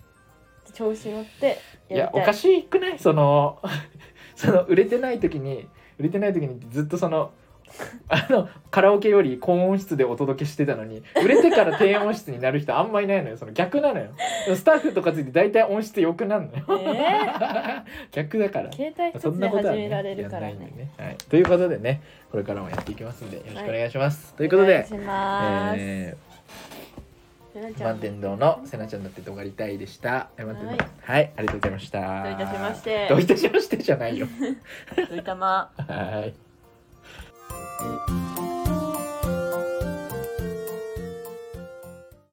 [SPEAKER 2] 調子乗って
[SPEAKER 1] い
[SPEAKER 2] や
[SPEAKER 1] や
[SPEAKER 2] りたい
[SPEAKER 1] おかしくないその その売れてない時に売れてない時にずっとその あのカラオケより高音質でお届けしてたのに売れてから低音質になる人あんまいないのよその逆なのよスタッフとかついて大体音質良くなるのよ
[SPEAKER 2] え
[SPEAKER 1] 逆だから
[SPEAKER 2] ー、携帯
[SPEAKER 1] そ
[SPEAKER 2] 一
[SPEAKER 1] ん
[SPEAKER 2] つ
[SPEAKER 1] な
[SPEAKER 2] で
[SPEAKER 1] こと
[SPEAKER 2] 始
[SPEAKER 1] は、ね、
[SPEAKER 2] められるから
[SPEAKER 1] やんない
[SPEAKER 2] ね
[SPEAKER 1] んでね、はい、ということでねこれからもやっていきますんでよろしくお願いします、ということで
[SPEAKER 2] お願いします
[SPEAKER 1] え
[SPEAKER 2] せな
[SPEAKER 1] ー、
[SPEAKER 2] ちゃん
[SPEAKER 1] 満天堂のせなちゃんだってとがりたいでした。えー満天堂はい、ありがとうございました。
[SPEAKER 2] どういたしまして
[SPEAKER 1] どういたしましてじゃないよ。
[SPEAKER 2] どいたま
[SPEAKER 1] はい。